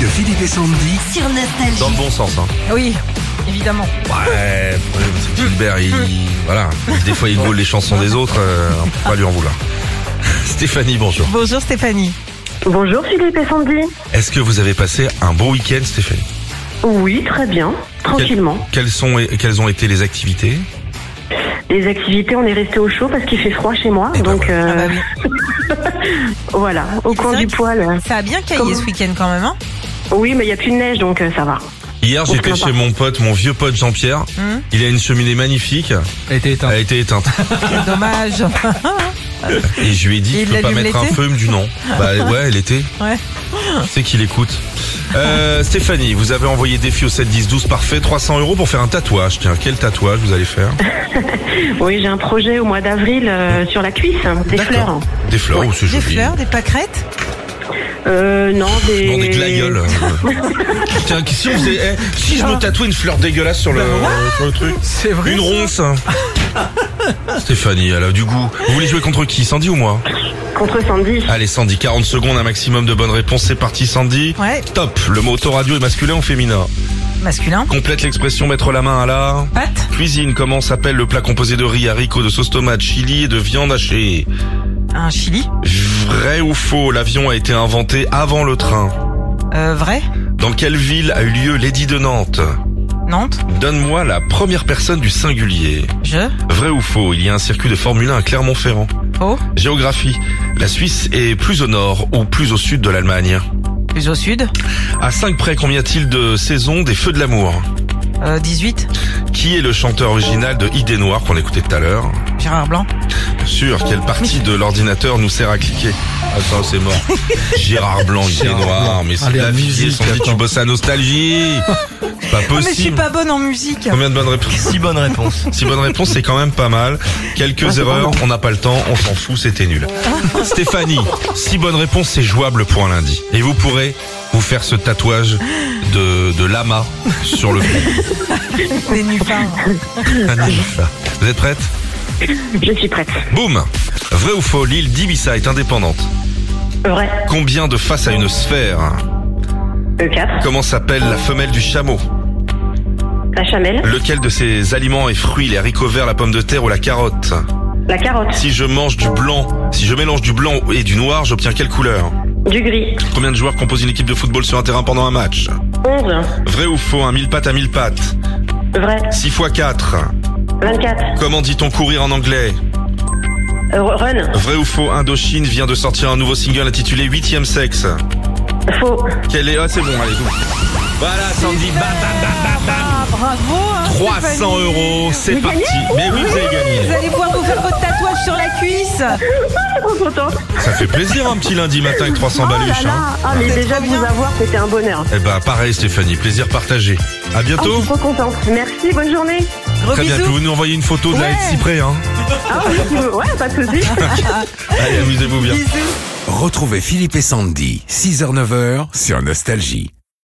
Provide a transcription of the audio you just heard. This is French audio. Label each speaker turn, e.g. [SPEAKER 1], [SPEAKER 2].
[SPEAKER 1] de Philippe et Sandy.
[SPEAKER 2] Sur Nostalgie.
[SPEAKER 3] Dans le bon sens, hein.
[SPEAKER 4] Oui, évidemment.
[SPEAKER 3] Ouais, le problème, c'est que Gilbert, il. Voilà. Des fois, il gaule les chansons des autres, euh, on peut pas lui en vouloir. Stéphanie, bonjour.
[SPEAKER 4] Bonjour Stéphanie.
[SPEAKER 5] Bonjour Philippe et Sandy.
[SPEAKER 3] Est-ce que vous avez passé un bon week-end, Stéphanie
[SPEAKER 5] Oui, très bien, tranquillement.
[SPEAKER 3] Quelles, sont, quelles ont été les activités
[SPEAKER 5] Les activités, on est resté au chaud parce qu'il fait froid chez moi,
[SPEAKER 3] Eh ben
[SPEAKER 5] donc
[SPEAKER 4] Ah bah
[SPEAKER 5] euh,
[SPEAKER 4] oui.
[SPEAKER 5] voilà, au coin
[SPEAKER 4] vrai
[SPEAKER 5] du
[SPEAKER 4] que-
[SPEAKER 5] poil. euh.
[SPEAKER 4] Ça a bien caillé
[SPEAKER 5] Comment
[SPEAKER 4] ce week-end quand même.
[SPEAKER 3] Ah.
[SPEAKER 4] Hein
[SPEAKER 5] Oui, mais il n'y a plus de neige, donc euh, ça va.
[SPEAKER 3] Hier,
[SPEAKER 5] On
[SPEAKER 3] j'étais
[SPEAKER 5] se plaint
[SPEAKER 3] chez mon pote, mon vieux pote Jean-Pierre.
[SPEAKER 4] Hmm.
[SPEAKER 3] Il a une cheminée magnifique.
[SPEAKER 6] Elle était éteinte.
[SPEAKER 3] Elle a été éteinte.
[SPEAKER 4] C'est dommage.
[SPEAKER 3] Et je lui ai dit, tu
[SPEAKER 4] Et il
[SPEAKER 3] peux pas
[SPEAKER 4] l'allume
[SPEAKER 3] mettre un
[SPEAKER 4] l'été
[SPEAKER 3] feu, il me dit non. Bah ouais, l'été.
[SPEAKER 4] Ouais.
[SPEAKER 3] C'est qu'il écoute. Euh, Stéphanie, vous avez envoyé défi au 7 10 12 parfait, 300 euros pour faire un tatouage. Tiens, quel tatouage vous allez faire
[SPEAKER 5] Oui, j'ai un projet au mois d'avril euh, sur la cuisse, hein, des
[SPEAKER 3] D'accord.
[SPEAKER 5] fleurs.
[SPEAKER 3] Des fleurs, oh, c'est
[SPEAKER 4] Des
[SPEAKER 3] joli.
[SPEAKER 4] fleurs, des pâquerettes.
[SPEAKER 5] Euh, non, des.
[SPEAKER 3] Non, des glaïeuls. Tiens, si, on faisait- eh, si je me tatouais une fleur dégueulasse sur le,
[SPEAKER 4] Bah,
[SPEAKER 3] euh, sur le truc.
[SPEAKER 6] C'est vrai.
[SPEAKER 3] Une ronce. Stéphanie, elle a du goût. Vous voulez jouer contre qui Sandy ou moi
[SPEAKER 5] Contre Sandy.
[SPEAKER 3] Allez Sandy, 40 secondes, un maximum de bonnes réponses. C'est parti Sandy.
[SPEAKER 4] Ouais.
[SPEAKER 3] Top. Le mot autoradio est masculin ou féminin
[SPEAKER 4] Masculin.
[SPEAKER 3] Complète l'expression mettre la main à la
[SPEAKER 4] Pâte.
[SPEAKER 3] cuisine. Comment s'appelle le plat composé de riz, haricots, de sauce tomate, chili et de viande hachée
[SPEAKER 4] Un chili.
[SPEAKER 3] Vrai ou faux L'avion a été inventé avant le train.
[SPEAKER 4] Euh, vrai.
[SPEAKER 3] Dans quelle ville a eu lieu Lady de Nantes
[SPEAKER 4] Nantes.
[SPEAKER 3] Donne-moi la première personne du singulier.
[SPEAKER 4] Je.
[SPEAKER 3] Vrai ou faux Il y a un circuit de Formule 1 à Clermont-Ferrand.
[SPEAKER 4] Pau.
[SPEAKER 3] Géographie. La Suisse est plus au nord ou plus au sud de l'Allemagne.
[SPEAKER 4] Plus au sud.
[SPEAKER 3] À 5 près, combien y a-t-il de saisons des Feux de l'amour
[SPEAKER 4] Euh, 18.
[SPEAKER 3] Qui est le chanteur original de Idée Noire qu'on écoutait tout à l'heure
[SPEAKER 4] Gérard Blanc. Ah,
[SPEAKER 3] Sûr, quelle partie de l'ordinateur nous sert à cliquer Attends, c'est mort. Gérard Blanc, il est
[SPEAKER 6] Gérard
[SPEAKER 3] noir,
[SPEAKER 6] Blanc.
[SPEAKER 3] mais c'est
[SPEAKER 6] Allez,
[SPEAKER 3] de la
[SPEAKER 6] la
[SPEAKER 3] musique.
[SPEAKER 6] musique,
[SPEAKER 3] Sandy, tu
[SPEAKER 6] attends.
[SPEAKER 3] bosses à nostalgie. Pas
[SPEAKER 4] Ah, mais je suis
[SPEAKER 3] possible.
[SPEAKER 4] pas bonne en musique.
[SPEAKER 3] Combien de bonnes réponses
[SPEAKER 6] Si bonne réponse.
[SPEAKER 3] Six bonnes réponses, c'est quand même pas mal. Quelques erreurs, on n'a pas le temps, on s'en fout, c'était nul. Stéphanie, six bonnes réponses, c'est jouable pour un lundi. Et vous pourrez vous faire ce tatouage de, de lama sur le front.
[SPEAKER 4] Des nénuphars.
[SPEAKER 3] Un nénuphar. Vous êtes prête
[SPEAKER 5] Je suis prête.
[SPEAKER 3] Boum Vrai ou faux, l'île d'Ibissa est indépendante.
[SPEAKER 5] Vrai.
[SPEAKER 3] Combien de faces à une sphère
[SPEAKER 5] Le 4.
[SPEAKER 3] Comment s'appelle la femelle du chameau
[SPEAKER 5] La chamelle.
[SPEAKER 3] Lequel de ces aliments est fruit Les haricots verts, la pomme de terre ou la carotte
[SPEAKER 5] La carotte.
[SPEAKER 3] Si je mange du blanc, si je mélange du blanc et du noir, j'obtiens quelle couleur
[SPEAKER 5] Du gris.
[SPEAKER 3] Combien de joueurs composent une équipe de football sur un terrain pendant un match
[SPEAKER 5] 11.
[SPEAKER 3] Vrai ou faux, un mille pattes à mille pattes
[SPEAKER 5] Vrai.
[SPEAKER 3] 6 x 4
[SPEAKER 5] 24.
[SPEAKER 3] Comment dit-on courir en anglais
[SPEAKER 5] Euh, run.
[SPEAKER 3] Vrai ou faux, Indochine vient de sortir un nouveau single intitulé 8ème sexe
[SPEAKER 5] Faux.
[SPEAKER 3] Quel est... Ah c'est bon, allez, go. Voilà Sandy, bam, bam, bam, bam, bam.
[SPEAKER 4] Ah, bravo. hein,
[SPEAKER 3] 300
[SPEAKER 4] Stéphanie.
[SPEAKER 3] euros, c'est parti Mais oui, vous avez gagné
[SPEAKER 4] Vous allez pouvoir vous faire votre tatouage sur la cuisse.
[SPEAKER 5] Trop contente.
[SPEAKER 3] Ça fait plaisir un petit lundi matin avec 300
[SPEAKER 5] Oh là
[SPEAKER 3] baluches.
[SPEAKER 5] là.
[SPEAKER 3] Hein.
[SPEAKER 5] Ah, mais
[SPEAKER 4] C'est
[SPEAKER 5] déjà
[SPEAKER 4] trop
[SPEAKER 5] de
[SPEAKER 4] bien.
[SPEAKER 5] vous avoir, c'était un bonheur.
[SPEAKER 3] Eh ben pareil Stéphanie, plaisir partagé. À
[SPEAKER 5] Ah, je
[SPEAKER 3] bientôt.
[SPEAKER 5] suis trop contente. Merci, bonne journée.
[SPEAKER 4] Gros
[SPEAKER 3] Très bien,
[SPEAKER 4] bisous.
[SPEAKER 3] pouvez-vous nous envoyer une photo de la
[SPEAKER 4] Ouais.
[SPEAKER 3] haie de cyprès hein
[SPEAKER 5] Ah oui, si vous- ouais, pas de soucis.
[SPEAKER 3] Allez, amusez-vous bien.
[SPEAKER 4] Bisous.
[SPEAKER 1] Retrouvez Philippe et Sandy, 6h-9h sur Nostalgie.